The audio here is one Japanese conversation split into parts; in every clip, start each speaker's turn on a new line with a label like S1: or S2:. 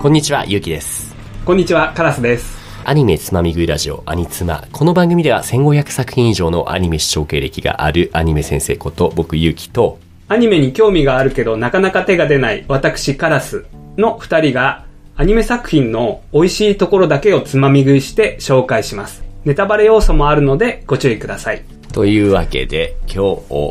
S1: こんにちは、ゆうきです。
S2: こんにちは、カラスです。
S1: アニメつまみ食いラジオ、アニツマ。この番組では1500作品以上のアニメ視聴経歴があるアニメ先生こと、僕、ゆうきと、
S2: アニメに興味があるけど、なかなか手が出ない私、カラスの二人が、アニメ作品の美味しいところだけをつまみ食いして紹介します。ネタバレ要素もあるので、ご注意ください。
S1: というわけで、今日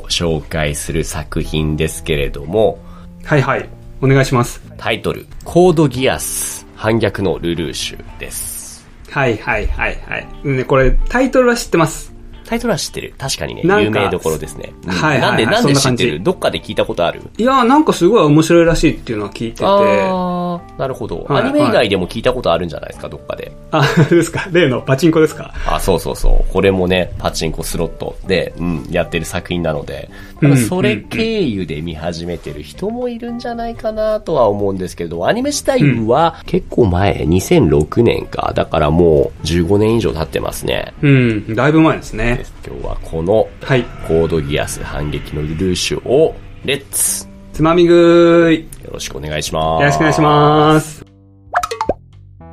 S1: 紹介する作品ですけれども、
S2: はいはい。お願いします。
S1: タイトル、コードギアス、反逆のルルーシュです。
S2: はいはいはいはい。ね、これ、タイトルは知ってます。
S1: タイトルは知ってる。確かにね、
S2: なんか
S1: 有名どころですね。うん
S2: はいはいはい
S1: なんで、なんで知
S2: そ
S1: っ
S2: んな感
S1: て
S2: じ
S1: るどっかで聞いたことある
S2: いやー、なんかすごい面白いらしいっていうのは聞いてて。あ
S1: あー、なるほど。
S2: はい
S1: アニメ以外でも聞いたことあるんじゃないですか、どっかで。
S2: あ、あれですか例のパチンコですか
S1: あ、そうそうそう。これもね、パチンコスロットで、うん、やってる作品なので、ただそれ経由で見始めてる人もいるんじゃないかなとは思うんですけれど、アニメ自体は結構前、2006年か。だからもう15年以上経ってますね。
S2: うん、だいぶ前ですね。
S1: 今日はこの、
S2: はい。
S1: コードギアス反撃のルルーシュを、レッツ
S2: つまみ食い。
S1: よろしくお願いします。
S2: よろしくお願いします。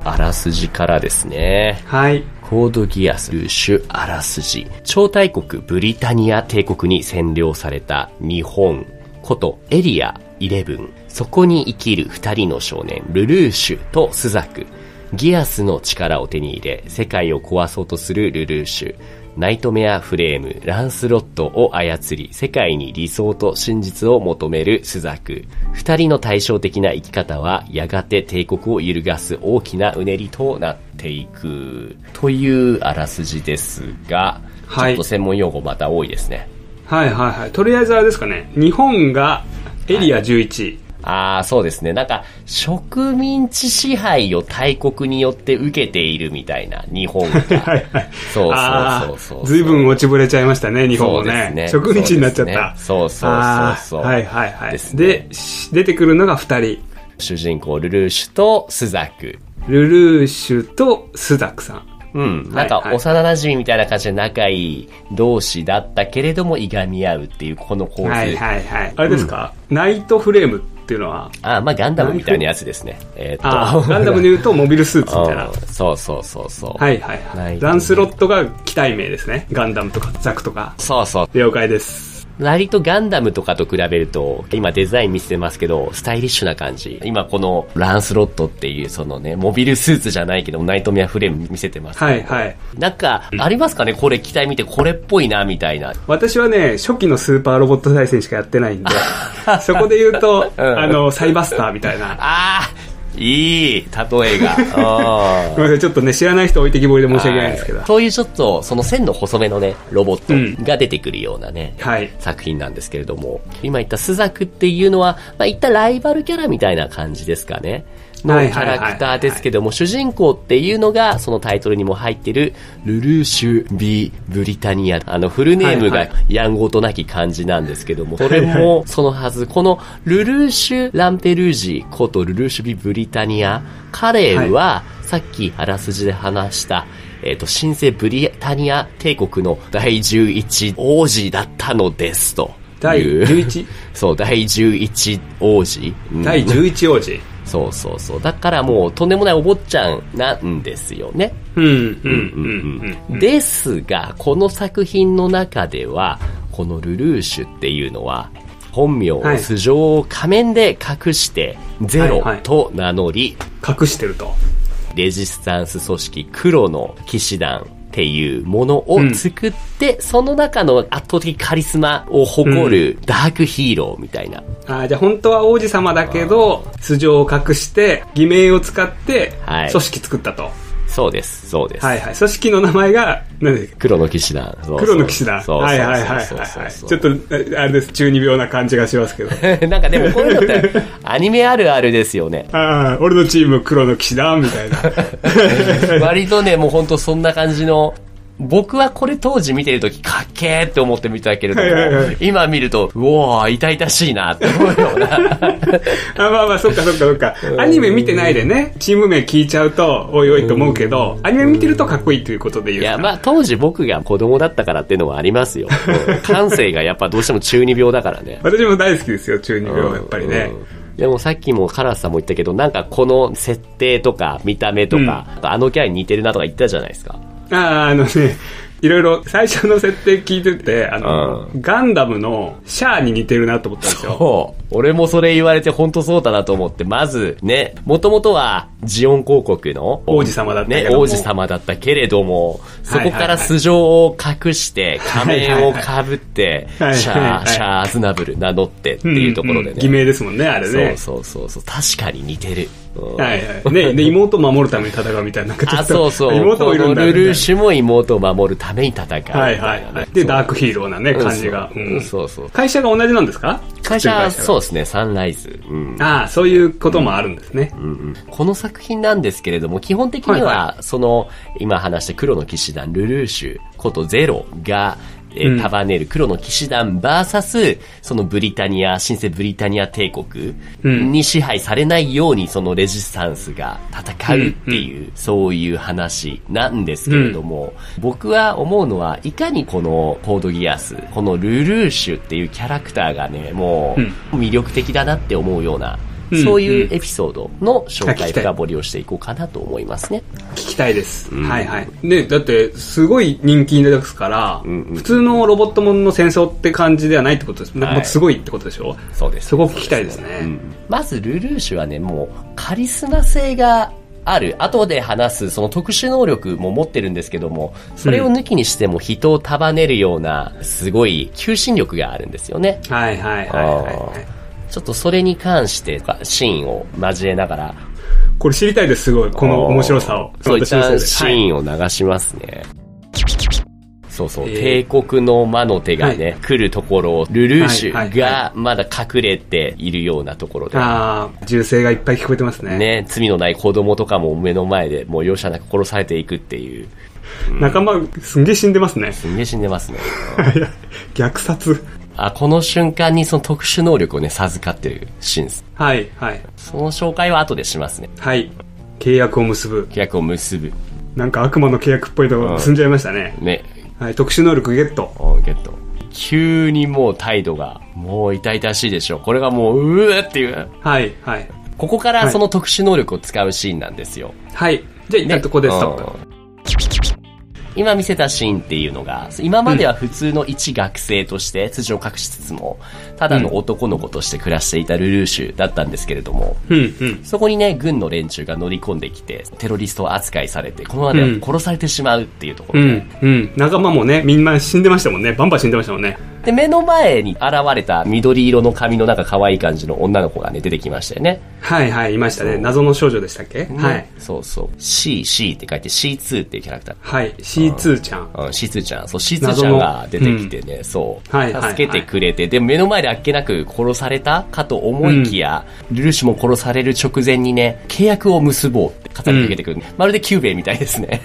S1: あらすじからですね。
S2: はい。
S1: コードギアスルーシュあらすじ超大国ブリタニア帝国に占領された日本ことエリア11そこに生きる二人の少年ルルーシュとスザクギアスの力を手に入れ世界を壊そうとするルルーシュナイトメアフレームランスロットを操り世界に理想と真実を求めるスザク二人の対照的な生き方はやがて帝国を揺るがす大きなうねりとなっていくというあらすじですが、
S2: はい
S1: ちょっと専門用語また多いですね
S2: はいはいはい。とりあえずあれですかね。日本がエリア11。
S1: ああ、そうですね。なんか、植民地支配を大国によって受けているみたいな、日本が。
S2: はいはい。
S1: そう
S2: あ
S1: そうそうそ
S2: ー
S1: う。
S2: ずいぶん落ちぶれちゃいましたね、日本も
S1: そ
S2: ね。
S1: うですね
S2: 植民地になっちゃった。
S1: そうですねそうそうそう
S2: あー
S1: そう
S2: はいはいはい。
S1: ですね
S2: で、し出てくるのが二人。
S1: 主人公、ルルーシュとスザク。
S2: ルルーシュとスザクさん。
S1: うん。なんか
S2: はい、はい
S1: 幼馴染みたいな感じで仲いい同士だったけれども、いがみ合うっていう、この構図。
S2: はいはいはい。あれですか、ナイトフレームっていうのは、
S1: ああ、まあ、ガンダムみたいなやつですね。えーっと。
S2: あーガンダムで言うとモビルスーツみたいな
S1: う。んそうそうそうそう。
S2: はいはい
S1: ナ
S2: は
S1: イ
S2: い。
S1: ト
S2: ランスロットが機体名ですね。ガンダムとかザクとか。
S1: そうそう。
S2: 了解です。
S1: 割とガンダムとかと比べると、今デザイン見せてますけど、スタイリッシュな感じ。今このランスロットっていう、そのね、モビルスーツじゃないけど、ナイトメアフレーム見せてます。
S2: はいはい。
S1: なんか、ありますかねこれ機体見て、これっぽいな、みたいな。
S2: 私はね、初期のスーパーロボット対戦しかやってない んで、そこで言うと、
S1: ん
S2: あの、サイバスターみたいな。
S1: あーいい例えが。あ
S2: ごめんなさい、ちょっとね、知らない人置いてきぼりで申し訳ないんですけど。
S1: そういうちょっと、その線の細めのね、ロボットが出てくるようなね、
S2: はい。
S1: 作品なんですけれども、今言ったスザクっていうのは、まあ、言ったライバルキャラみたいな感じですかね。の
S2: は
S1: キ
S2: いはいはいは
S1: ャ
S2: い
S1: ラクターですけども、主人公っていうのが、そのタイトルにも入ってる、ルルーシュ・ビ・ブリタニア。あの、フルネーム
S2: はい
S1: が
S2: は
S1: やんごとなき感じなんですけども、それもそのはず、このルルーシュ・ランペルージことルルーシュ・ビ・ブリタニア、彼は、さっきあらすじで話した、えっ、と、新生ブリタニア帝国の第11王子だったのですと。
S2: 第
S1: いう
S2: 11
S1: そう、第11王子。うん
S2: 第11王子。
S1: そうそうそう。だからもう、とんでもないお坊ちゃんなんですよね。
S2: うん、うん、うん、うん。
S1: ですが、この作品の中では、このルルーシュっていうのは、本名を
S2: はい
S1: 素性を仮面で隠して、ゼロ
S2: はいはい
S1: と名乗り、
S2: 隠してると。
S1: レジスタンス組織黒の騎士団っていうものを作って、その中の圧倒的カリスマを誇るダークヒーローみたいな。
S2: あーじゃあ本当は王子様だけど、素性を隠して、偽名を使って
S1: はい、
S2: 組織作ったと。
S1: そうです、そうです。
S2: はいはい。組織の名前が、何ですか
S1: 黒の騎士団。そうそう
S2: 黒の騎士だ。
S1: そう
S2: はいはいはいはい
S1: そうそうそう
S2: はい。
S1: そう
S2: ちょっと、ああれです、中二病な感じがしますけど。
S1: なんかでもこういうの って、アニメあるあるですよね。
S2: ああ、俺のチーム黒の騎士だ、みた いな。
S1: 割とね、もうほんとそんな感じの、僕はこれ当時見てるときかっけーって思って見てたけれども、
S2: はいはいはい
S1: 今見ると、うおー、痛々しいなって思うよう な。
S2: あまあまあ、そっかそっかそっか。アニメ見てないでね、チーム名聞いちゃうと、おいおいと思うけど、アニメ見てるとかっこいいということで言う
S1: い
S2: か
S1: や、
S2: ら
S1: まあ当時僕が子供だったからっていうのはあります よ。うん感性がやっぱどうしても中二病だからね。
S2: 私も大好きですよ、中二病、やっぱりね
S1: うん。でもさっきもカラスさんも言ったけど、なんかこの設定とか見た目とか、あとあのキャラに似てるなとか言ったじゃないですか。
S2: ああ、あのね、いろいろ最初の設定聞いてて、あの、ガンダムのシャアに似てるなと思ったんですよ。
S1: そう。俺もそれ言われて本当そうだなと思って、まずね、もともとはジオン公国の
S2: 王子様だったけ
S1: ね
S2: ど、も
S1: 王子様だったけれども、そこ
S2: は
S1: か
S2: いはいは
S1: ら
S2: い
S1: 素性を隠して、仮面をかぶって、シ
S2: はいはいはい
S1: ャー、シャーアズナブル名乗ってっていうところで
S2: んん偽
S1: ね。
S2: 名ですもんね、あれね。
S1: そうそうそうそう。確かに似てる。うん
S2: はいはい。ね、で、妹を守るために戦うみたいな。なんかちょっと
S1: あ、そうそう。
S2: 妹もいるんだ
S1: この
S2: みた
S1: ル
S2: い
S1: ル
S2: な
S1: ーシュも妹を守るために戦うみたいなね。
S2: はいはいはい。で、
S1: そう
S2: ダークヒーローなね、
S1: うん
S2: 感じが。
S1: そう
S2: うん
S1: そうそう。
S2: 会社が同じなんですか。
S1: 会社は、そううですね、サンライズ。うん。
S2: ああ、そういうこともあるんですね。
S1: うんうんこの作品なんですけれども、基本的には、
S2: は
S1: その、今話した黒の騎士団、ルルーシュことゼロが、え
S2: うん
S1: ー、束ねる黒の騎士団バーサス、そのブリタニア、新生ブリタニア帝国
S2: うん
S1: に支配されないようにそのレジスタンスが戦うっていう、そういう話なんですけれども、僕は思うのは、いかにこのコードギアス、このルルーシュっていうキャラクターがね、もう魅力的だなって思うような、
S2: うん
S1: そう
S2: う
S1: い
S2: ん
S1: うエピソードの紹
S2: あ
S1: 介
S2: 聞きたい
S1: 深掘りをしていこうかなと思いますね。
S2: 聞きたいです。はいはい。ね、だって、すごい人気ですから、普通のロボットものの戦争って感じではないってことです。なんかもうすごいってことでしょ
S1: そうです
S2: すごく聞きたいですね。
S1: まずルルーシュはね、もうカリスマ性がある。後で話すその特殊能力も持ってるんですけども、それを抜きにしても人を束ねるような、すごい求心力があるんですよね。
S2: はいはいはいはいはい。
S1: ちょっとそれに関してシーンを交えながら、
S2: これ知りたいです、すごい。この面白さを。
S1: そう、一
S2: 私のせい
S1: 旦
S2: で
S1: シ
S2: はい
S1: ーンを流しますね。そうそう、
S2: えー
S1: 帝国の魔の手がね、来るところを、ルルーシ
S2: はいは
S1: ュ
S2: いはい
S1: がまだ隠れているようなところで、
S2: ああ、銃声がいっぱい聞こえてますね。
S1: ね、罪のない子供とかも目の前でもう容赦なく殺されていくっていう、
S2: 仲間、すんげえ死んでますね。
S1: すんげえ死んでますね。
S2: 虐殺。
S1: あ、この瞬間にその特殊能力をね、授かってるシーンです。
S2: はいはい。
S1: その紹介は後でしますね。
S2: はい。契約を結ぶ。
S1: 契約を結ぶ。
S2: なんか悪魔の契約っぽいとこ結んじゃいましたね。
S1: ね、
S2: はい、特殊能力ゲット。
S1: おゲット。急にもう態度が、もう痛々しいでしょ。これがもう、うーっていう。
S2: はいはい。
S1: ここからその特殊能力を使うシーンなんですよ。
S2: はい。じゃあ一旦ここでストップ。
S1: うん今見せたシーンっていうのが、今までは普通の一学生として筋を隠しつつも、ただの男の子として暮らしていたルルーシュだったんですけれども、
S2: うんうん。
S1: そこにね、軍の連中が乗り込んできて、テロリスト扱いされて、このままでは殺されてしまうっていうとこ
S2: う
S1: ろで、
S2: んうん。仲間もね、みんな死んでましたもんね。バンバン死んでましたもんね。
S1: で、目の前に現れた緑色の髪の中可愛い感じの女の子がね、出てきましたよね。
S2: はいはい、いましたね。
S1: そう
S2: 謎の少女でしたっけ、はい
S1: ね。。そうそう。C、C って書いて C2 っていうキャラクター。
S2: はい。C2 ちゃん。
S1: うん、しずちゃん、そう、しずちゃんが出てきてね、そう、
S2: はいはいはい
S1: 助けてくれて、で、目の前であっけなく殺されたかと思いきや、ルルシュも殺される直前にね、契約を結ぼうって語りかけてくる、まるでキューベイみたいです ね。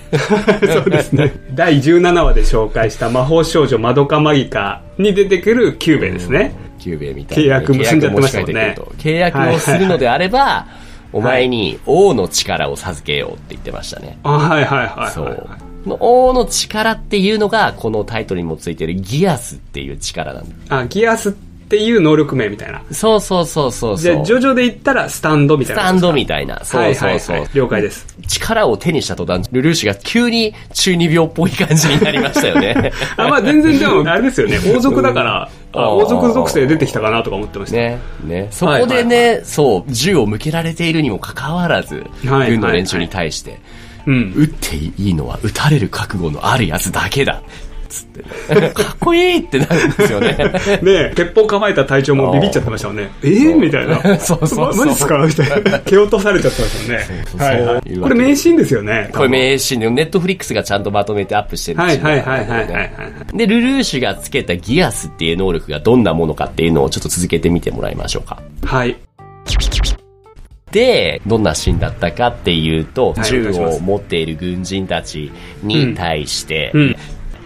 S2: そうです ね。第17話で紹介した魔法少女マドカマギカに出てくるキューベですね。
S1: キューベイみたいな、
S2: 契約結んじゃってましたもんね
S1: 契約をするのであれば、お前に王の力を授けようって言ってましたね。
S2: あ、はいはいはい。
S1: そう。の王の力っていうのが、このタイトルにもついてるギアスっていう力なんだ。
S2: あ、ギアスっていう能力名みたいな。
S1: そうそうそうそうそう。
S2: じゃあ、ジョジョで言ったらスタンドみた
S1: ス
S2: いな。
S1: タンドみ
S2: た
S1: たいな。そうそうそう。
S2: 了解です。
S1: 力を手にした途端、ルルーシュが急に中二病っぽい感じになりましたよ ね。
S2: あ、まあ全然でも、 あれですよね。王族だから、あ王族属性出てきたかなとか思ってました。
S1: ね。ね。そこでね、そう、銃を向けられているにもかかわらず、
S2: はい
S1: 軍の連中に対して、
S2: うん。
S1: 撃っていいのは撃たれる覚悟のあるやつだけだ。つってね、 かっこいいってなるんですよ ね。
S2: で、鉄砲構えた隊長もビビっちゃってましたもんね。えー、みたいな。
S1: そうそうそう
S2: まマジっすかみたい な。蹴落とされちゃってましたもんね。はいは
S1: そういう
S2: い。こ
S1: わ
S2: れ
S1: けで
S2: 名シーンですよね。
S1: これ名シーンで、ネットフリックスがちゃんとまとめてアップしてる
S2: は
S1: シー
S2: い
S1: ンなん
S2: はい
S1: だけど
S2: はい
S1: ね
S2: はいはいはい。
S1: で、ルルーシュがつけたギアスっていう能力がどんなものかっていうのをちょっと続けてみてもらいましょうか。
S2: はい。
S1: で、どんなシーンだったかっていうと、
S2: はいお
S1: 銃
S2: 願いします
S1: を持っている軍人たちに対して、
S2: んうん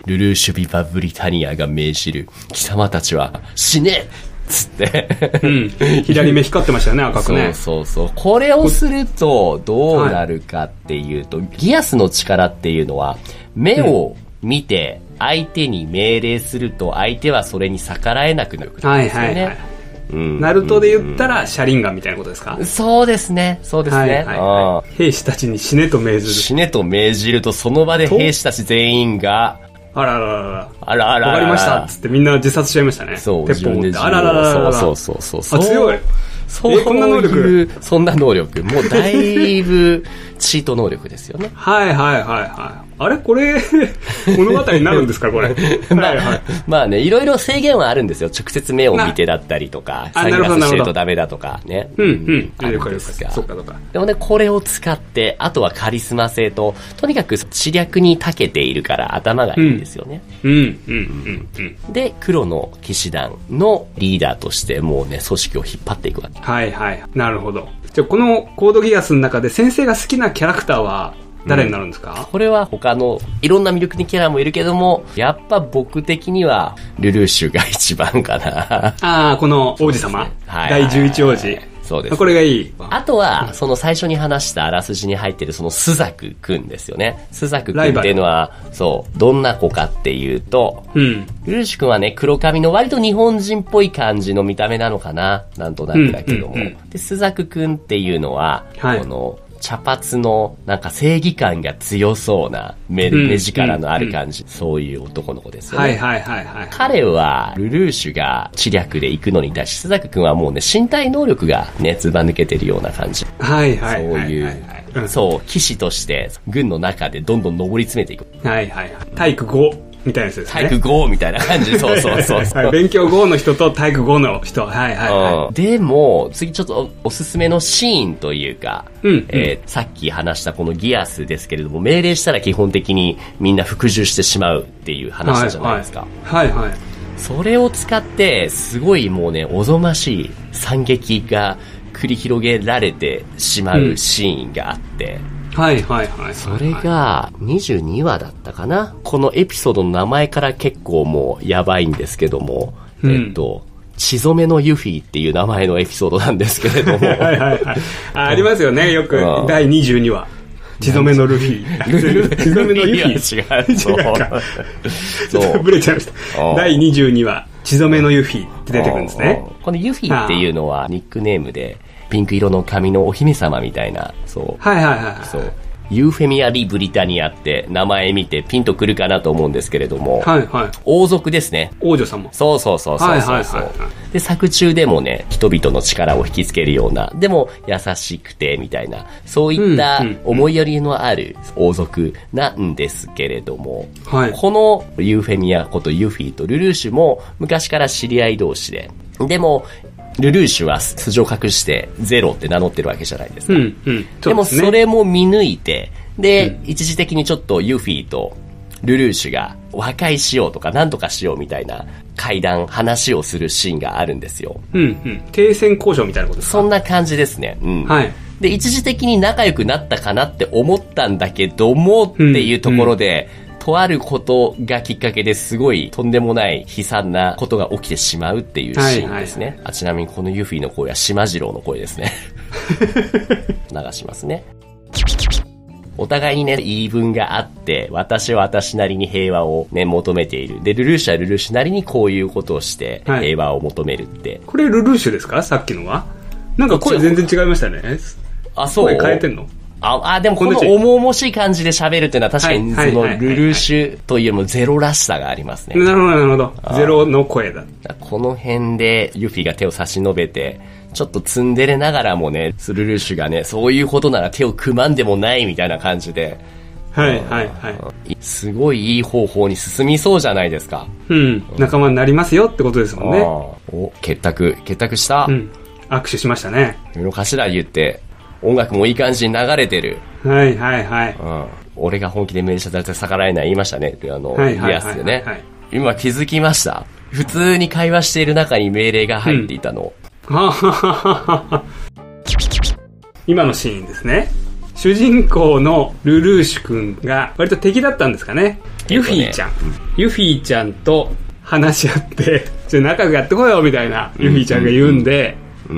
S1: ルルーシュ・ビバ・ブリタニアが命じる、貴様たちは死ねつって、
S2: うん。左目光ってましたよね、赤く
S1: そ
S2: ね
S1: う。そうそう。これをすると、どうなるかっていうと、ギアスの力っていうのは、目を見て、相手に命令すると、相手はそれに逆らえなくなるんですよね。
S2: はいはいはい。
S1: うん
S2: ナルトで言ったら、シャリンガンみたいなことですか
S1: そうですね。そうです
S2: はい
S1: ね。
S2: はいはい。兵士たちに死ねと命
S1: うん
S2: ずる。
S1: 死ねと命じると、その場で兵士たち全員が、
S2: あらららら
S1: あらあ
S2: ら。
S1: らあら
S2: わかりましたっつってみんな自殺しちゃいましたね。
S1: そう、
S2: 鉄砲を持って。
S1: 自分
S2: あらららららら。
S1: そうそうそうそう。
S2: あ強い
S1: そう
S2: えこんな能力
S1: いうそんな能力。もうだいぶ、チート能力ですよね。
S2: はいはいはいはい。あれこれ、 物語になるんですか これ。はいはい。
S1: まあね、いろいろ制限はあるんですよ。直接目を見てだったりとか、
S2: あ
S1: サング
S2: なるほ
S1: ラ
S2: ど
S1: スしてる
S2: なるほど
S1: とダメだとかね。
S2: うんうん。
S1: あるん
S2: 了解了解。
S1: ですが。
S2: そっかそっか。
S1: でもね、これを使って、あとはカリスマ性と、とにかく知略に長けているから頭がいいんですよね。
S2: うんうんうんうん。
S1: で、黒の騎士団のリーダーとして、もうね、組織を引っ張っていくわけ。
S2: はいはい。なるほど。じゃあこのコードギアスの中で先生が好きなキャラクターは誰になるんですか、
S1: これは他のいろんな魅力的キャラもいるけども、やっぱ僕的には、ルルーシュが一番かな。
S2: ああ、この王子様。
S1: はい
S2: 第11王子。
S1: そうです
S2: これがいい。
S1: あとは、その最初に話したあらすじに入ってるそのスザクくんですよね。スザクくんっていうのは、そう、どんな子かっていうと、
S2: うん。
S1: ルルシュ君はね、黒髪の割と日本人っぽい感じの見た目なのかな。なんとなくだけども。
S2: うんうんう
S1: で、スザク君っていうのは、
S2: はい
S1: この、茶髪の、なんか正義感が強そうな、目,、
S2: ん
S1: 目力のある感じ、そういう男の子ですよね。
S2: はいはいはいはい。
S1: 彼は、ルルーシュが知略で行くのに対し、スザク君はもうね、身体能力がね、ずば抜けてるような感じ。
S2: はいは
S1: そう
S2: いはい。
S1: い、
S2: はいはいうん
S1: そう、騎士として、軍の中でどんどん上り詰めていく。
S2: はいはいはい。体育5みたいなやつですね。
S1: 体育5みたいな感じ。そうそうそうそう。
S2: はい、勉強5の人と体育5の人。はいはいは
S1: でも、次ちょっとおおすすめのシーンというか、
S2: うん
S1: えーさっき話したこのギアスですけれども、命令したら基本的にみんな服従してしまうっていう
S2: い。
S1: 話したじゃないですか。
S2: はいはい。はいはい
S1: それを使って、すごいもうね、おぞましい惨劇が繰り広げられてしまうシーンがあって、
S2: はいはいはい。
S1: それが22話だったかなこのエピソードの名前から結構もうやばいんですけども、
S2: ん
S1: えっと、血染めのユフィっていう名前のエピソードなんですけれども、
S2: はいはいはい。あありますよね、よく
S1: うん。
S2: 第22話。血染めのルフ ィ。 血染めのユフィ。
S1: いや違う。そう
S2: 違うかち
S1: そ
S2: ょっと
S1: う
S2: ブレちゃいました
S1: う。ん
S2: 第22話、血染めのユフィって出てくるんですね。
S1: このユフィっていうのはニックネームで、ピンク色の髪のお姫様みたいな、そう。
S2: はいはいはい。
S1: そう。ユーフェミア・リ・ブリタニアって名前見てピンとくるかなと思うんですけれども、
S2: はいはい。
S1: 王族ですね。
S2: 王女様。
S1: そうそうそうそうそうそう、
S2: はいはいはいは
S1: で、作中でもね、人々の力を引きつけるような、でも優しくて、みたいな、そういった
S2: うんうん
S1: 思いやりのある王族なんですけれども、
S2: はい
S1: このユーフェミアことユフィとルルーシュも昔から知り合い同士で、でも、ルルーシュは素性を隠してゼロって名乗ってるわけじゃないですか。
S2: うんうん。
S1: でも
S2: うすね
S1: そ、れも見抜いて、で、一時的にちょっとユフィとルルーシュが和解しようとか何とかしようみたいな会談、話をするシーンがあるんですよ。
S2: うんうん。停戦交渉みたいなことですか
S1: そんな感じですね。うん。
S2: はい
S1: で、一時的に仲良くなったかなって思ったんだけどもっていうところで、とあることがきっかけですごいとんでもない悲惨なことが起きてしまうっていうシーンですね。
S2: はい
S1: あちなみにこのユフィの声は島次郎の声ですね。 流しますね。お互いにね、言い分があって、私は私なりに平和をね、求めている。で、ルルーシュはルルーシュなりにこういうことをして、
S2: はい
S1: 平和を求めるって。
S2: これルルーシュですかさっきのは。なんか声全然違いましたね。
S1: あ、そう
S2: 声変えてんの
S1: あ、あ、でもこの
S2: こんにちは
S1: 重々しい感じで喋るっていうのは確かにそ
S2: はい
S1: の
S2: はいはいはい
S1: ルルーシュというよりもゼロらしさがありますね。
S2: なるほど、なるほど。ゼロの声
S1: だ
S2: だ。
S1: からこの辺でユフィが手を差し伸べて、ちょっとツンデレながらもね、スルルーシュがね、そういうことなら手を組まんでもないみたいな感じで、
S2: はい、はい、はい
S1: すごいいい方法に進みそうじゃないですか。
S2: い。うん。仲間になりますよってことですもん
S1: あ
S2: ね。
S1: ーお、結託、結託した。
S2: うん。握手しましたね。
S1: の頭言って、音楽もいい感じに流れてる。
S2: はい、はい、はい。
S1: うん。俺が本気で命令したら絶対逆らえない言いましたね。あの、
S2: はいはいはいはい
S1: リアスでね
S2: はい。
S1: 今気づきました。普通に会話している中に命令が入っていたの。
S2: はははは 今のシーンですね。主人公のルルーシュ君が割と敵だったんですかね。ユフィちゃん。ユフィちゃんと話し合って、ちょ仲良くやってこいよみたいなユフィちゃんが言うんで、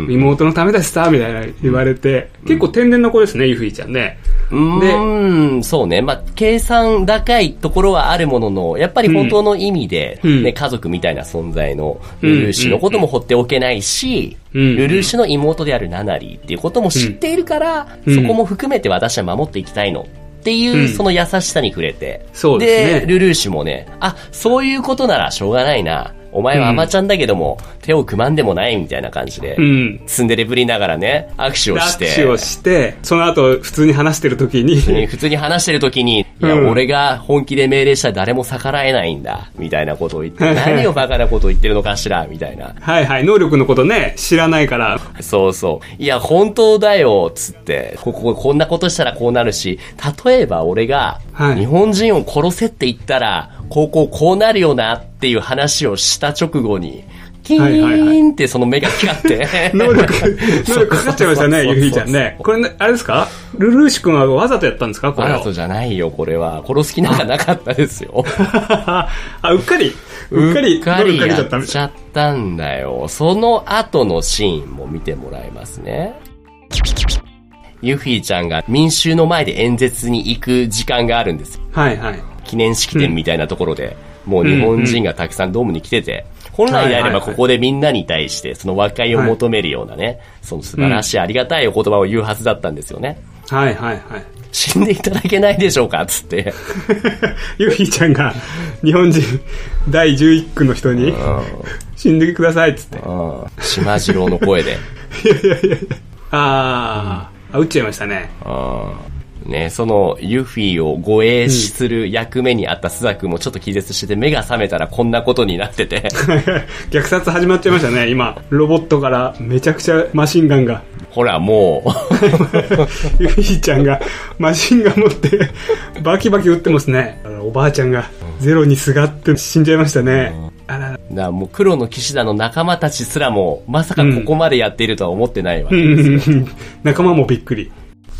S2: 妹のためだしさ、みたいな言われて、結構天然の子ですね、ユフィちゃんね。
S1: うーん、そうね。まあ、計算高いところはあるものの、やっぱり本当の意味で、
S2: うん
S1: ね、家族みたいな存在のルルーシュのことも放っておけないし、
S2: うん
S1: ルルーシュの妹であるナナリーっていうことも知っているから、
S2: うん
S1: そこも含めて私は守っていきたいの。っていう、
S2: うん
S1: その優しさに触れて。
S2: そうですね
S1: ルルーシュもね、あ、そういうことならしょうがないな。お前はアマちゃんだけども、手を組まんでもないみたいな感じで、
S2: うん。
S1: ツンデレぶりながらね、握手をし
S2: ラ
S1: て。
S2: ッチをして、その後、普通に話してる時に、
S1: ね普通に話してる時に、いや、
S2: うん
S1: 俺が本気で命令したら誰も逆らえないんだ、みたいなことを言って、何をバカなことを言ってるのかしら、みたいな。
S2: はいはい、能力のことね、知らないから、
S1: そうそう。いや、本当だよ、つって、ここ、こんなことしたらこうなるし、例えば俺が
S2: は、い
S1: 日本人を殺せって言ったら、こうこうこうなるよな、っていう話をした直後に、キ
S2: はいはいはい
S1: ーンってその目が光って。
S2: 能力、能力かかっち
S1: そう
S2: ゃいました
S1: そうそう
S2: ね、ゆひちゃんね。これね、あれですかルルーシュ君はわざとやったんですかこ
S1: わ
S2: れ
S1: ざ
S2: を
S1: と。じゃないよ、これは。殺す気なんかなかったですよ。
S2: あ、うっかり、うっかり、
S1: うっかり
S2: うっかり
S1: や
S2: だった
S1: っちゃったんだよ。その後のシーンも見てもらいますね。ユフィちゃんが民衆の前で演説に行く時間があるんです。
S2: はいはい。
S1: 記念式典みたいなところで、もう日本人がたくさんドームに来てて、本来であれば
S2: はいはいは
S1: こ
S2: い
S1: こでみんなに対してその和解を求めるようなね、その素晴らしいありがたいお言葉を言うはずだったんですよね。
S2: はいはいはい。
S1: 死んでいただけないでしょうかつって。
S2: ゆひちゃんが、日本人第11区の人に、死んでくださいっつ って。
S1: うん。島次郎の声で。
S2: あー、あ、撃っちゃいましたね。
S1: ね、そのユフィを護衛する役目にあったスザ君もちょっと気絶してて、目が覚めたらこんなことになってて、
S2: 虐殺始まっちゃいましたね、今。ロボットからめちゃくちゃマシンガンが。
S1: ほらもう、
S2: ゆひちゃんがマシンガン持って、バキバキ撃ってますね。あのおばあちゃんがゼロにすがって死んじゃいましたね。あらら。
S1: なもう 黒の騎士団の仲間たちすらも、まさかここまでやっているとは思ってないわ
S2: う
S1: け
S2: ん
S1: で
S2: うん
S1: す
S2: う
S1: よ。
S2: ん仲間もびっくり。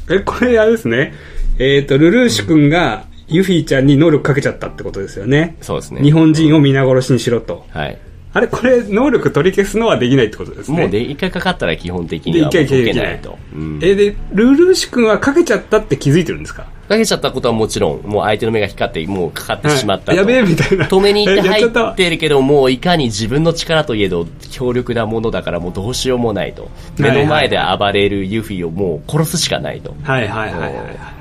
S2: え、これあれですね。えっ、と、ルルーシュ君がユフィちゃんに能力かけちゃったってことですよね。
S1: そうですね。
S2: 日本人を皆殺しにしろと。
S1: はい。
S2: あれ、これ、能力取り消すのはできないってことですね。
S1: もうで、一回かかったら基本的に
S2: で、
S1: はも
S2: 一
S1: う解
S2: 回消え
S1: け
S2: き
S1: ない
S2: い
S1: と。うん。
S2: え、で、ルルーシュ君はかけちゃったって気づいてるんですか
S1: かけちゃったことはもちろん、もう相手の目が光って、もうかかってしまったと。
S2: はいやべえみたいな
S1: 止めに行って
S2: えやっちゃった
S1: 入ってるけど、もういかに自分の力といえど強力なものだからもうどうしようもないと。目の前で暴れるユフィをもう殺すしかないと。
S2: はいはいはいはい。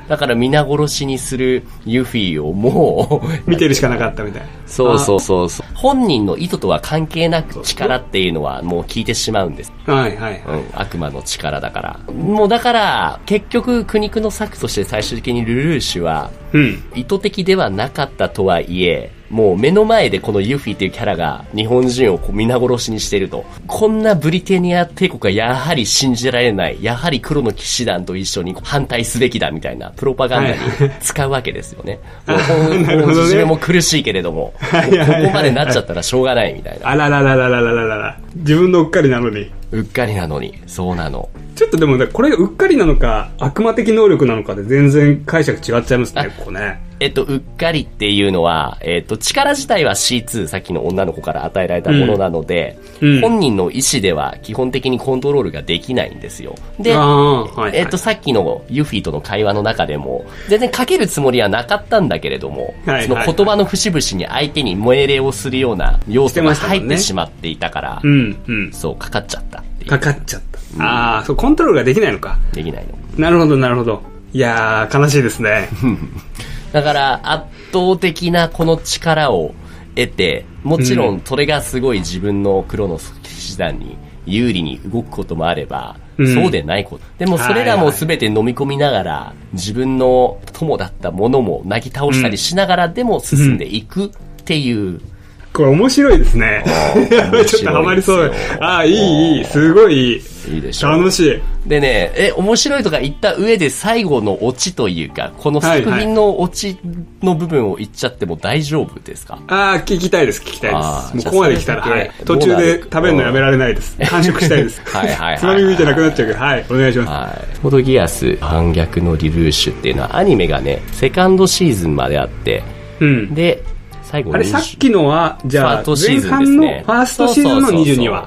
S1: だから皆殺しにするユフィをもう、
S2: 見てるしかなかったみたいな。
S1: そうそうそうそう。本人の意図とは関係なく力っていうのはもう聞いてしまうんです。
S2: はいはいは
S1: うん、悪魔の力だから。もうだから、結局苦肉の策として最終的にルルーシュは、
S2: い。うん。
S1: 意図的ではなかったとはいえ、もう目の前でこのユフィっていうキャラが日本人をこう皆殺しにしてると。こんなブリテニア帝国はやはり信じられない。やはり黒の騎士団と一緒に反対すべきだみたいなプロパガンダに使うわけですよね。もう
S2: なる
S1: も
S2: ほ
S1: う
S2: どね
S1: 自分も苦しいけれども、もう ここまでなっちゃったらしょうがないみたいな。
S2: あららららららららら。自分のうっかりなのに。
S1: うっかりなのに、そうなの。
S2: ちょっとでもね、これがうっかりなのか、悪魔的能力なのかで全然解釈違っちゃいますね、ここね。
S1: えっと、うっかりっていうのは、えっと、力自体は C2、さっきの女の子から与えられたものなので、
S2: うんうん
S1: 本人の意思では基本的にコントロールができないんですよ。で、
S2: ああ、はい、はい。
S1: えっと、さっきのユフィとの会話の中でも、全然かけるつもりはなかったんだけれども、
S2: はい
S1: その
S2: はい
S1: 言葉の節々に相手に命令をするような要素が入
S2: してましたも
S1: っ
S2: んね
S1: てしまっていたから、
S2: うん、うん。
S1: そう、かかっちゃったっていう
S2: かかっちゃった。ああ、そう、コントロールができないのか。
S1: できないの。
S2: なるほど、なるほど。いやー、悲しいです ね。
S1: だから圧倒的なこの力を得て、もちろんそれがすごい自分の黒の騎士団に有利に動くこともあれば、
S2: うん
S1: そうでないこと。でもそれらも全て飲み込みながら、自分の友だったものもなぎ倒したりしながらでも進んでいくっていう、
S2: これ面白いですね。やばい、 ちょっとハマりそう
S1: 面白いです。よ
S2: ああ、いい、いい、すごいいい。
S1: いいでしょう。
S2: 楽しい。
S1: でね、え、面白いとか言った上で最後のオチというか、この作品のオチの部分を言っちゃっても大丈夫ですか
S2: ああ、聞きたいです、聞きたい
S1: あー
S2: です。もうここまで来たら、
S1: じゃあ
S2: は
S1: それ
S2: い
S1: だけ。
S2: 途中で食べるのやめられないです。完食したいです。
S1: はいはいはいはい
S2: つまみ食いじゃなくなっちゃうけど、はい、お願いしま
S1: はい。フォードギアス反逆のリルーシュっていうのはアニメがね、セカンドシーズンまであって、
S2: す。うん。
S1: で、最後
S2: あれ、
S1: 20
S2: さっきのは、じゃあ、
S1: ファーストシー
S2: 前
S1: ズンです
S2: 半の
S1: ね
S2: ファーストシーズンの
S1: そうそうそうそう
S2: 22話。はい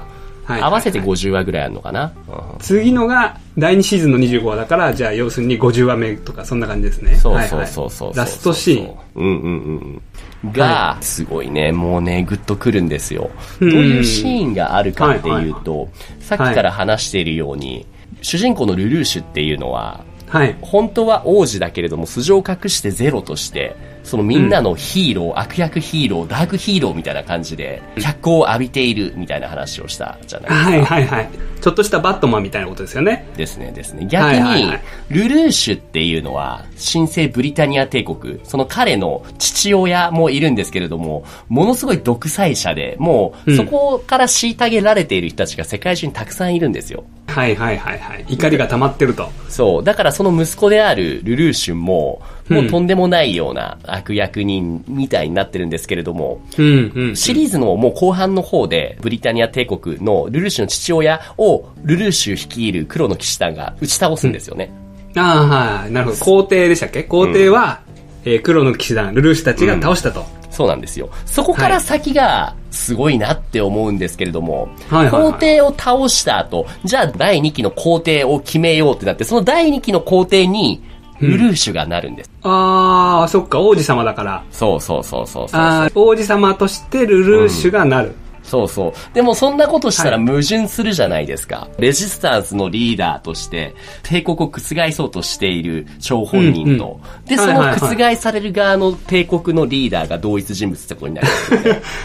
S1: 合わせて50話ぐらいあるのかな、うん
S2: 次のが第2シーズンの25話だからじゃあ要するに50話目とかそんな感じですね
S1: そうそうそうそうそうそうそう、
S2: はいはいラストシーン
S1: うんうんうんうんが、すごいねもうねグッとくるんですよどういうシーンがあるかっていうと、さっきから話しているように、主人公のルルーシュっていうのは
S2: はい
S1: 本当は王子だけれども素性を隠してゼロとしてそのみんなのヒーロー、悪役ヒーローダークヒーローみたいな感じで脚光を浴びているみたいな話をしたじゃないですか、
S2: はいはいはいちょっとしたバットマンみたいなことですよね
S1: ですねですね逆に、
S2: はいはいはい
S1: ルルーシュっていうのは新生ブリタニア帝国その彼の父親もいるんですけれどもものすごい独裁者でもうそこから虐げられている人たちが世界中にたくさんいるんですよ、
S2: はいはいはいはい怒りが溜まってると
S1: そう。だからその息子であるルルーシュも、もうとんでもないような悪役人みたいになってるんですけれども、
S2: うんうん
S1: シリーズのもう後半の方で、ブリタニア帝国のルルーシュの父親を、ルルーシュ率いる黒の騎士団が打ち倒すんですよね。
S2: ああはいなるほど皇帝でしたっけ皇帝は、えー黒の騎士団ルルーシュたちが倒したと、
S1: そうなんですよ。そこから先がすごいなって思うんですけれども、
S2: はいはいはいはい
S1: 皇帝を倒した後、じゃあ第2期の皇帝を決めようってなって、その第2期の皇帝に、ルルーシュがなるんです。
S2: ああそっか王子様だから
S1: そうそうそうそうそう。
S2: ああ王子様としてルルーシュがなる、
S1: そうそう。でもそんなことしたら矛盾するじゃないですか。レジスタンスのリーダーとして、帝国を覆そうとしている張本人と、で、
S2: は
S1: そ
S2: いはいは
S1: の
S2: い
S1: 覆される側の帝国のリーダーが同一人物ってことになる。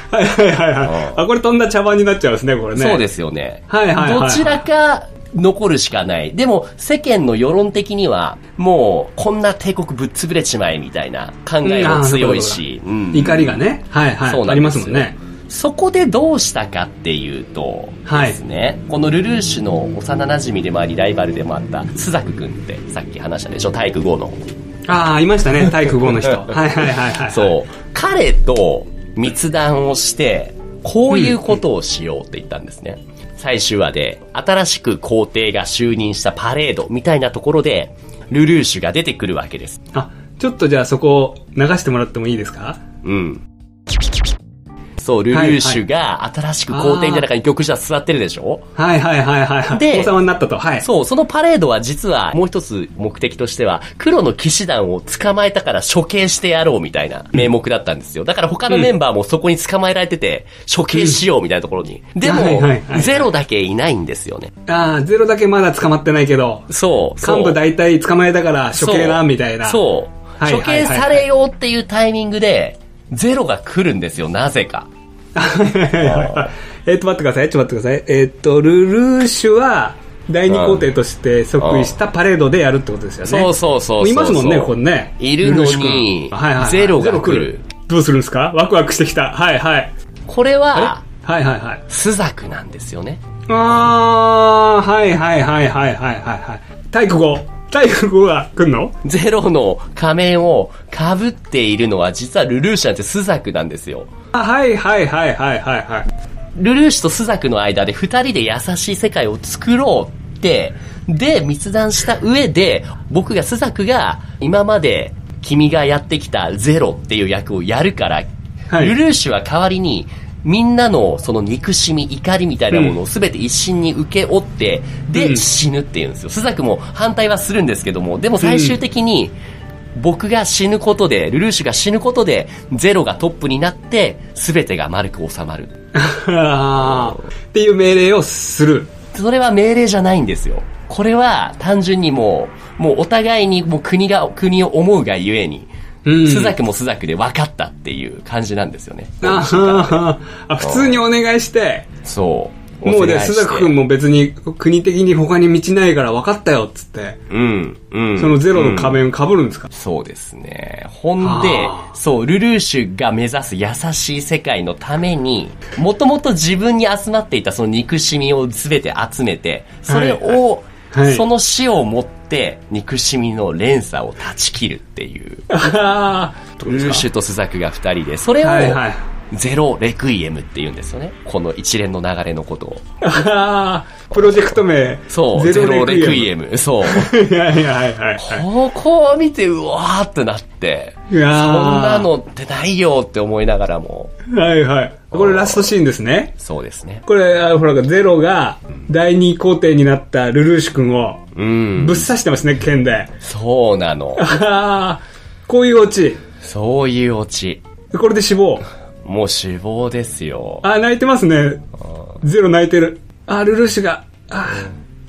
S2: はいはいはいはいあこれ飛んだ茶番になっちゃうんですねこれね
S1: そうですよね。
S2: はいはいはいはい
S1: どちらか残るしかない。でも世間の世論的には、もうこんな帝国ぶっ潰れちまえみたいな考えも強いし、うん
S2: 怒りがねはいはい
S1: そうな
S2: あ
S1: んで
S2: りますす
S1: よ
S2: もんね
S1: そこでどうしたかっていうと、
S2: はい
S1: ですね、このルルーシュの幼馴染でもあり、ライバルでもあった、須作くんってさっき話したでしょ、体育号の。
S2: ああいましたね体育5の人 はいはいはいはい
S1: そう。彼と密談をして、こういうことをしようって言ったんですね。最終話で、新しく皇帝が就任したパレードみたいなところで、ルルーシュが出てくるわけです。
S2: あちょっとじゃあそこを流してもらってもいいですか
S1: うん。そう、ルルーシュが新しく皇帝みたいな中に玉座座ってるでしょ
S2: はいはいはいはいはい
S1: で
S2: 王様になったとはい
S1: そう、そのパレードは実はもう一つ目的としては、黒の騎士団を捕まえたから処刑してやろうみたいな名目だったんですよ。だから他のメンバーもそこに捕まえられてて、処刑しようみたいなところに。でも
S2: はいはいは、い
S1: ゼロだけいないんですよね。
S2: ああゼロだけまだ捕まってないけど
S1: そう、そう
S2: 幹部大体捕まえたから処刑だ
S1: そう
S2: みたいな
S1: そう。
S2: はいは
S1: 処
S2: いは
S1: 刑
S2: い
S1: されようっていうタイミングで、ゼロが来るんですよ、なぜか。
S2: えっと待ってくださいちょっと待ってくださいえっとルルーシュは第二皇帝として即位したパレードでやるってことですよね
S1: そうそうそうそう
S2: いますもんねここにね
S1: いるのに
S2: ルルーシュ君はいはいはい
S1: ゼロが
S2: ゼロ
S1: 来
S2: 来
S1: る
S2: るどうするんですかワクワクしてきたはいはい
S1: これは、
S2: はいはいはい
S1: スザクなんですよね。
S2: あー、はいはいはいはいはいはいはい。体育語。体育語が来んの
S1: ゼロの仮面を被っているのは実はルルーシュなんてスザクなんですよ。
S2: あはいはいはいはいはいはい。
S1: ルルーシュとスザクの間で二人で優しい世界を作ろうって、で、密談した上で、僕がスザクが今まで君がやってきたゼロっていう役をやるから、
S2: はい
S1: ルルーシュは代わりに、みんなのその憎しみ、怒りみたいなものを全て一身に受け負って、で、
S2: うん
S1: 死ぬっていうんですよ。スザクも反対はするんですけども、でも最終的に、僕が死ぬことで、ルルーシュが死ぬことで、ゼロがトップになって、全てが丸く収まる。
S2: あーっていう命令をする。
S1: それは命令じゃないんですよ。これは単純にもう、もうお互いにもう国が、国を思うがゆえに、
S2: うん
S1: スザクもスザクで分かったっていう感じなんですよね。
S2: あーあ、普通にお願いして、
S1: そう。
S2: もう
S1: お
S2: ね、
S1: 願い
S2: 須
S1: して
S2: 坂君も別に国的に他に道ないから分かったよっつって、
S1: うん、うん。
S2: そのゼロの仮面を被るんですか、
S1: そうですね。ほんで
S2: あ、
S1: そう、ルルーシュが目指す優しい世界のために、もともと自分に集まっていたその憎しみを全て集めて、それを、
S2: はいはい
S1: その死をもって、憎しみの連鎖を断ち切るっていう。
S2: ああ、
S1: ルルーシュとスザクが二人で、それを
S2: はいはい、
S1: ゼロレクイエムって言うんですよね。この一連の流れのことを。
S2: あープロジェクト名。
S1: そう、ゼロレクイエ
S2: ム。
S1: ム。そう。
S2: いやいやはいはいはい。
S1: ここを見て、うわーってなって、
S2: う
S1: そんな
S2: わー
S1: のってないよって思いながらも、
S2: はいはい。これラストシーンですね。
S1: そうですね。
S2: これ、あほら、ゼロが第二皇帝になったルルーシュ君を
S1: うん。
S2: ぶっ刺してますね、剣で。
S1: そうなの。
S2: あー こういうオチ。
S1: そういうオチ。
S2: これで死亡。
S1: もう死亡ですよ。
S2: あー、泣いてますね。ゼロ泣いてる。あー、ルルーシュが、あ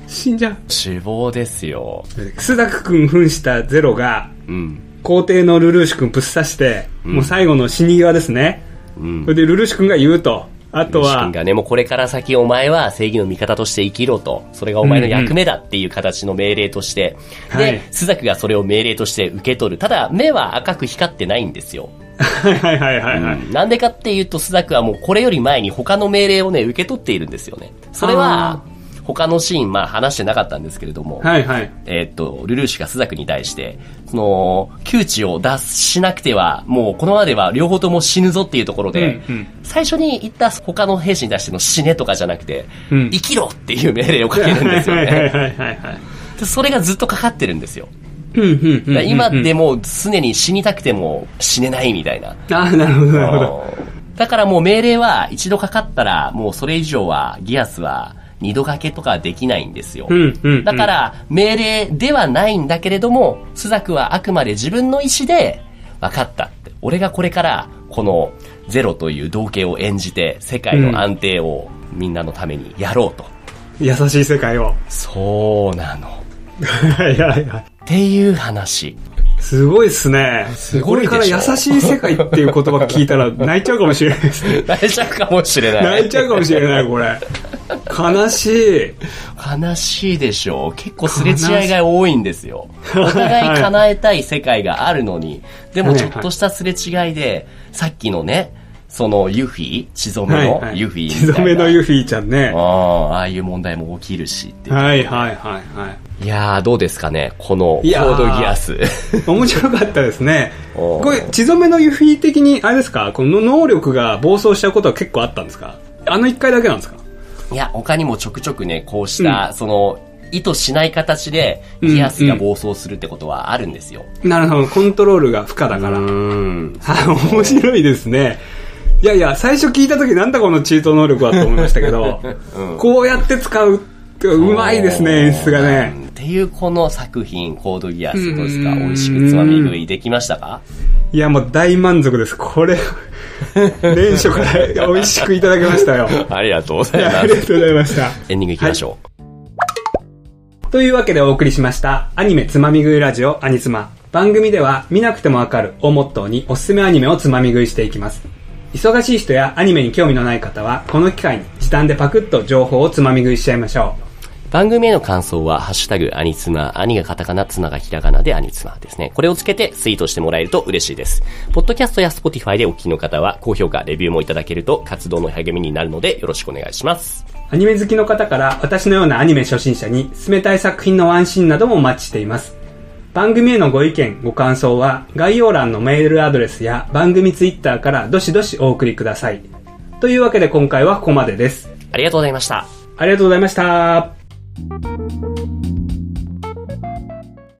S2: ー死んじゃう。
S1: 死亡ですよ。
S2: クスダク君扮したゼロが、
S1: うん。
S2: 皇帝のルルーシュ君ぶっ刺して、もう最後の死に際ですね。
S1: うん
S2: そ。れでルルーシュ君が言うと。あと
S1: シ
S2: は
S1: ン、がね、もうこれから先お前は正義の味方として生きろと、それがお前の役目だっていう形の命令として、
S2: うんはい
S1: で、スザクがそれを命令として受け取る。ただ、目は赤く光ってないんですよ。
S2: はいはいはいはいはい。
S1: なんでかっていうと、スザクはもうこれより前に他の命令をね、受け取っているんですよね。それ
S2: あ
S1: は、他のシーン、まあ話してなかったんですけれども、
S2: はいはい。
S1: えーっと、ルルーシュがスザクに対して、その、窮地を脱しなくては、もうこのままでは両方とも死ぬぞっていうところで、
S2: うんうん
S1: 最初に言った他の兵士に対しての死ねとかじゃなくて、
S2: うん
S1: 生きろっていう命令をかけ
S2: はい
S1: るんですよ
S2: はいはい
S1: ね。
S2: はいはいはい。
S1: でそれがずっとかかってるんですよ。
S2: うんうんう
S1: だ
S2: ん
S1: から今でもう常に死にたくても死ねないみたいな。
S2: ああ、なるほどなるほど。
S1: だからもう命令は一度かかったら、もうそれ以上はギアスは二度掛けとかできないんですよ。
S2: うんうんうん
S1: だから、命令ではないんだけれども、スザクはあくまで自分の意思で、分かったって。俺がこれから、このゼロという道形を演じて、世界の安定をみんなのためにやろうと。
S2: 優しい世界を。
S1: そうなの。
S2: はいはいはい。
S1: っていう話。
S2: すごいっすね。
S1: すごいでしょ
S2: これから優しい世界っていう言葉聞いたら泣いちゃうかもしれないです。
S1: 泣いちゃうかもしれない。
S2: 泣いちゃうかもしれない、これ。悲しい。
S1: 悲しいでしょう。結構すれ違いが多いんですよ。お互い叶えたい世界があるのに、でもちょっとしたすれ違いで、さっきのね、そのユフィ、血染めのユフィみたい
S2: 血
S1: な。
S2: 染めのユフィちゃんね。
S1: ああああいう問題も起きるしっていう。
S2: はいはいはいはい。
S1: いやー、どうですかね、このコ
S2: いやー
S1: ードギアス。
S2: 面白かったですね。
S1: おー
S2: これ、血染めのユフィ的に、あれですかこの能力が暴走しちゃうことは結構あったんですかあの一回だけなんですか
S1: いや、他にもちょくちょくね、こうした、その、意図しない形で、ギアスが暴走するってことはあるんですよ。
S2: なるほど、コントロールが不可だから。
S1: うん。
S2: あ面白いですね。いやいや、最初聞いた時なんだこのチート能力はと思いました けど、こうやって使うってうまいですね、演出がね。
S1: うん。っていうこの作品、コードギアスどうですか
S2: うん
S1: 美味しくつまみ食いできましたか
S2: いや、もう大満足です。これ、年初から美味しくいただきましたよ。
S1: ありがとうござ
S2: いやありが。とうございました。
S1: エンディングいきましょ
S2: というわけでお送りしましたアニメつまみ食いラジオアニツマ番組では見なくてもわかるをモットーにおすすめアニメをつまみ食いしていきます忙しい人やアニメに興味のない方はこの機会に時短でパクッと情報をつまみ食いしちゃいましょ
S1: う。番組への感想は、ハッシュタグ、アニツマ、アニがカタカナ、ツナがひらがなでアニツマですね。これをつけてツイートしてもらえると嬉しいです。ポッドキャストや Spotify でお聞きの方は、高評価、レビューもいただけると活動の励みになるので、よろしくお願いします。
S2: うアニメ好きの方から私のようなアニメ初心者に勧めたい作品のワンシーンなどもお待ちしています番組へのご意見ご感想は概要欄のメールアドレスや番組ツイッターからどしどしお送りくださいというわけで今回はここまでです
S1: ありがとうございました。
S2: ありがとうございました